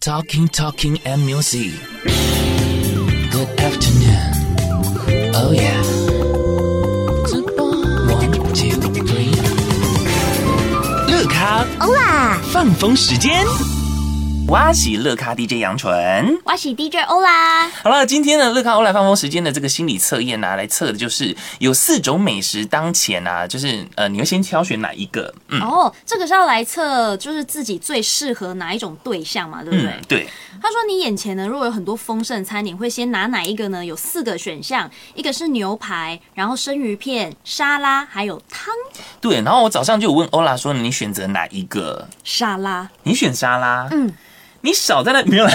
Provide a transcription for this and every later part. Talking, talking and music. Good afternoon. Oh yeah. One, two, three. 乐咖欧啦，放风时间，哇喜乐咖 DJ 杨纯。我是 DJ 欧啦。好了，今天呢，乐咖欧来放风时间的这个心理测验呢、来测的就是有四种美食当前啊，就是呃，你会先挑选哪一个？嗯哦，这个是要来测，就是自己最适合哪一种对象嘛，对不对？嗯，对，他说你眼前呢，如果有很多丰盛餐，你会先拿哪一个呢？有四个选项，一个是牛排，然后生鱼片、沙拉，还有汤对，然后我早上就有问欧拉说你选择哪一个？沙拉。你选沙拉，嗯，你少在那 没有啦。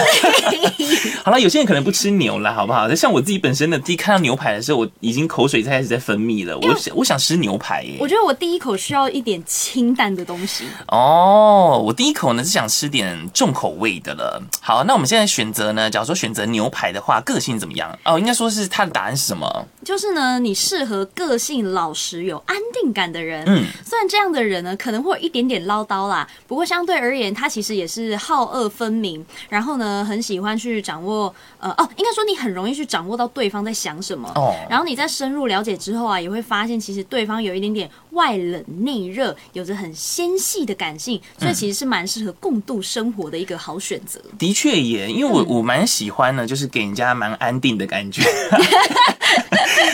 好了，有些人可能不吃牛啦，好不好？像我自己本身的，第一看到牛排的时候，我已经口水在开始在分泌了。我想，我想吃牛排耶我。觉得我第一口需要一点清淡的东西。哦，我第一口呢是想吃点重口味的了。好，那我们现在选择呢？假如说选择牛排的话，个性怎么样？哦，应该说是它的答案是什么？就是呢，你适合个性老实、有安定感的人。嗯，虽然这样的人呢，可能会有一点点唠叨啦，不过相对而言，他其实也是好恶分明，然后呢，很喜欢去掌握，呃，哦，应该说你很容易去掌握到对方在想什么。哦然后你在深入了解之后啊，也会发现其实对方有一点点外冷内热，有着很纤细的感性，所以其实是蛮适合共度生活的一个好选择。的确也，因为嗯我我蛮喜欢呢，就是给人家蛮安定的感觉，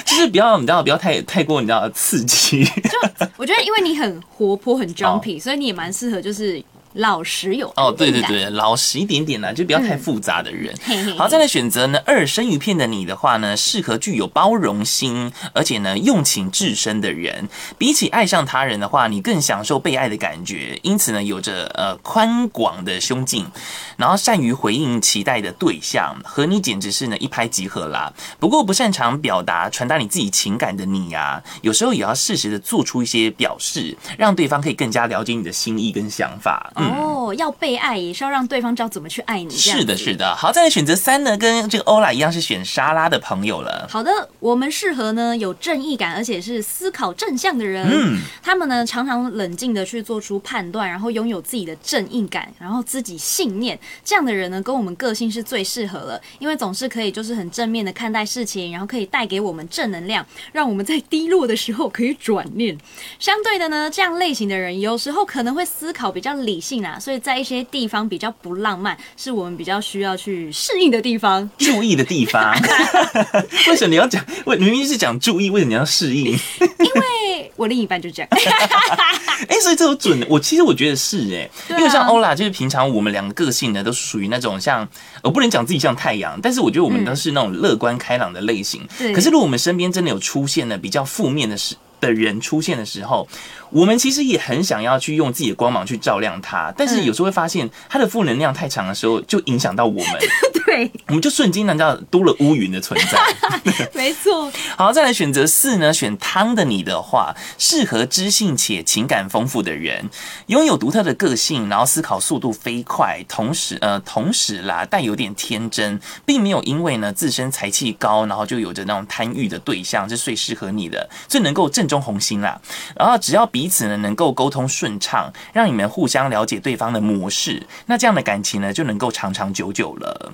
就是不要你知道不要太太过你知道刺激。我觉得因为你很活泼、很 jumpy，、所以你也蛮适合就是老实有哦，安对对定感对，老实一点点啦，就不要太复杂的人。嘿嘿好，再来选择呢二生鱼片的你的话呢，适合具有包容心，而且呢用情至深的人。比起爱上他人的话，你更享受被爱的感觉，因此呢有着呃宽广的胸襟，然后善于回应期待的对象，和你简直是呢一拍即合啦。不过不擅长表达、传达你自己情感的你啊，有时候也要适时的做出一些表示，让对方可以更加了解你的心意跟想法。嗯。哦，要被爱也是要让对方知道怎么去爱你。这样是的，子是。的。好，再来选择三呢，跟这个欧拉一样是选沙拉的朋友了。好的，我们适合呢有正义感，而且是思考正向的人。嗯，他们呢常常冷静的去做出判断，然后拥有自己的正义感，然后自己信念。这样的人呢，跟我们个性是最适合了，因为总是可以就是很正面的看待事情，然后可以带给我们正能量，让我们在低落的时候可以转念。相对的呢，这样类型的人有时候可能会思考比较理性啊，所以在一些地方比较不浪漫，是我们比较需要去适应的地方。注意的地方， 为什么你要讲？为明明是讲注意，为什么你要适应？对我另一半就这样。哎、所以这有准的。我其实我觉得是哎、对啊因为像欧拉，就是平常我们两个个性呢，都是属于那种像我不能讲自己像太阳，但是我觉得我们都是那种乐观开朗的类型。嗯对可是如果我们身边真的有出现了比较负面的事。的人出现的时候，我们其实也很想要去用自己的光芒去照亮他，但是嗯有时候会发现他的负能量太强的时候，就影响到我 们，对，我们就瞬间难道多了乌云的存在。没错，好，再来选择四呢？选汤的你的话，适合知性且情感丰富的人，拥有独特的个性，然后思考速度飞快，同时呃，同时啦，带有点天真，并没有因为呢自身才气高，然后就有着那种贪欲的对象，是最适合你的，最能够正中红心啦。然后只要彼此呢能够沟通顺畅，让你们互相了解对方的模式，那这样的感情呢就能够长长久久了。